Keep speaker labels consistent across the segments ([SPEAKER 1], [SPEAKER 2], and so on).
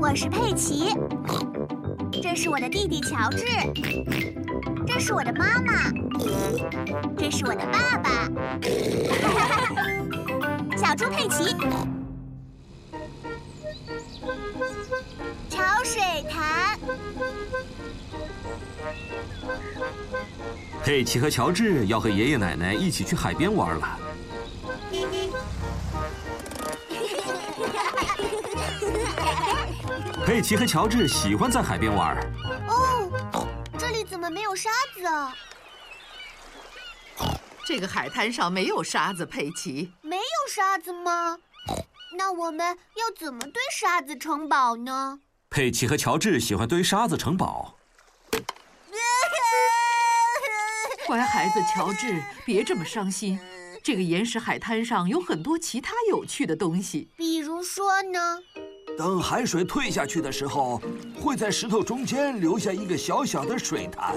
[SPEAKER 1] 我是佩奇，这是我的弟弟乔治，这是我的妈妈，这是我的爸爸。 小猪佩奇，潮水潭，
[SPEAKER 2] 佩奇和乔治要和爷爷奶奶一起去海边玩了。佩奇和乔治喜欢在海边玩，
[SPEAKER 1] 哦，这里怎么没有沙子啊？
[SPEAKER 3] 这个海滩上没有沙子，佩奇。
[SPEAKER 1] 没有沙子吗？那我们要怎么堆沙子城堡呢？
[SPEAKER 2] 佩奇和乔治喜欢堆沙子城堡。
[SPEAKER 3] 乖孩子乔治，别这么伤心。这个岩石海滩上有很多其他有趣的东西。
[SPEAKER 1] 比如说呢？
[SPEAKER 4] 等海水退下去的时候，会在石头中间留下一个小小的水潭，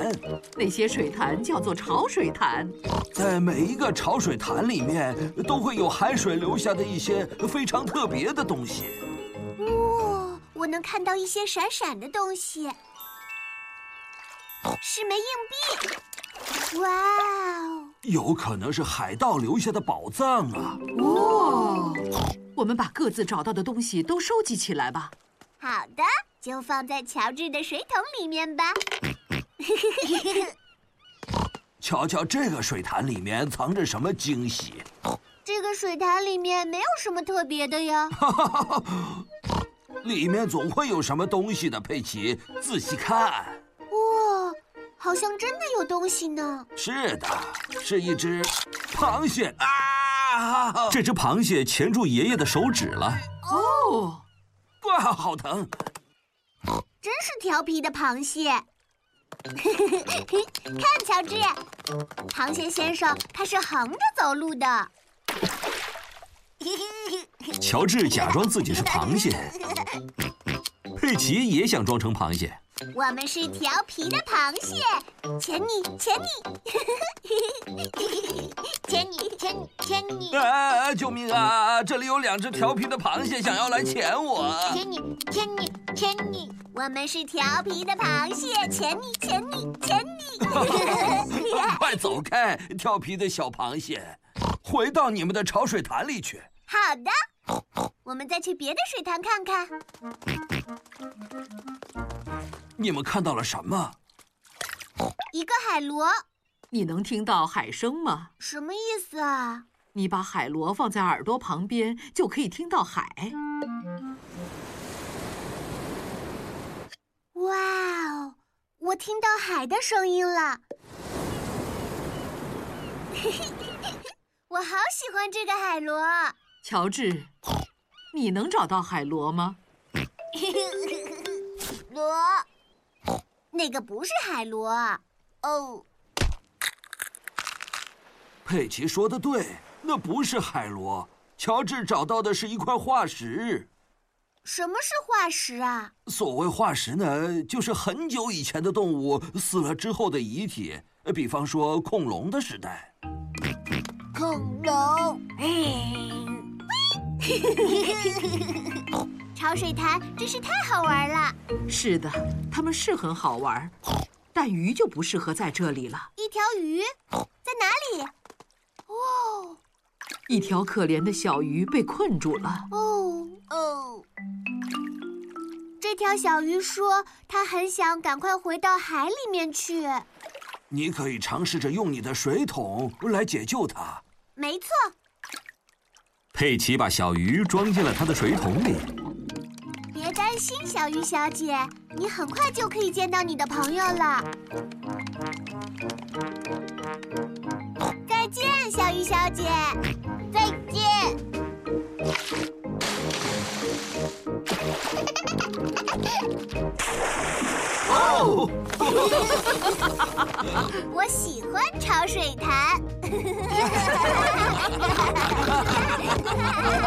[SPEAKER 3] 那些水潭叫做潮水潭。
[SPEAKER 4] 在每一个潮水潭里面都会有海水留下的一些非常特别的东西。
[SPEAKER 1] 哇、哦我能看到一些闪闪的东西，是枚硬币。哇哦！
[SPEAKER 4] 有可能是海盗留下的宝藏啊！
[SPEAKER 3] 哦，我们把各自找到的东西都收集起来吧。
[SPEAKER 1] 好的，就放在乔治的水桶里面吧。
[SPEAKER 4] 瞧瞧这个水潭里面藏着什么惊喜！
[SPEAKER 1] 这个水潭里面没有什么特别的呀。
[SPEAKER 4] 里面总会有什么东西的，佩奇，仔细看。
[SPEAKER 1] 哇，好像真的有东西呢。
[SPEAKER 4] 是的，是一只螃蟹啊！
[SPEAKER 2] 这只螃蟹钳住爷爷的手指了，
[SPEAKER 3] 哦，
[SPEAKER 4] 哇，好疼！
[SPEAKER 1] 真是调皮的螃蟹。 看，乔治，螃蟹先生他是横着走路的。
[SPEAKER 2] 乔治假装自己是螃蟹，佩奇也想装成螃蟹。
[SPEAKER 1] 我们是调皮的螃蟹，钳你，钳你，钳你，钳你，钳你，
[SPEAKER 4] 啊！救命啊！这里有两只调皮的螃蟹想要来钳我。
[SPEAKER 1] 钳你，钳你，钳你。我们是调皮的螃蟹，钳你，钳你，钳你。
[SPEAKER 4] 快走开，调皮的小螃蟹，回到你们的潮水潭里去。
[SPEAKER 1] 好的，我们再去别的水潭看看。
[SPEAKER 4] 你们看到了什么？
[SPEAKER 1] 一个海螺，
[SPEAKER 3] 你能听到海声吗？
[SPEAKER 1] 什么意思啊？
[SPEAKER 3] 你把海螺放在耳朵旁边，就可以听到海。
[SPEAKER 1] 哇哦，我听到海的声音了。 我好喜欢这个海螺。
[SPEAKER 3] 乔治，你能找到海螺吗？
[SPEAKER 1] 螺，那个不是海螺。哦，
[SPEAKER 4] 佩奇说的对，那不是海螺。乔治找到的是一块化石。
[SPEAKER 1] 什么是化石啊？
[SPEAKER 4] 所谓化石呢，就是很久以前的动物死了之后的遗体，呃比方说恐龙的时代。
[SPEAKER 1] 恐龙。 潮水潭真是太好玩了，
[SPEAKER 3] 是的，它们是很好玩儿，但鱼就不适合在这里了。
[SPEAKER 1] 一条鱼在哪里？哦
[SPEAKER 3] 一条可怜的小鱼被困住了。
[SPEAKER 1] 哦哦！这条小鱼说，它很想赶快回到海里面去。
[SPEAKER 4] 你可以尝试着用你的水桶来解救它。
[SPEAKER 1] 没错，
[SPEAKER 2] 佩奇把小鱼装进了他的水桶里。
[SPEAKER 1] 别担心，小鱼小姐，你很快就可以见到你的朋友了。再见，小鱼小姐。再见。哦！ 我喜欢潮水潭。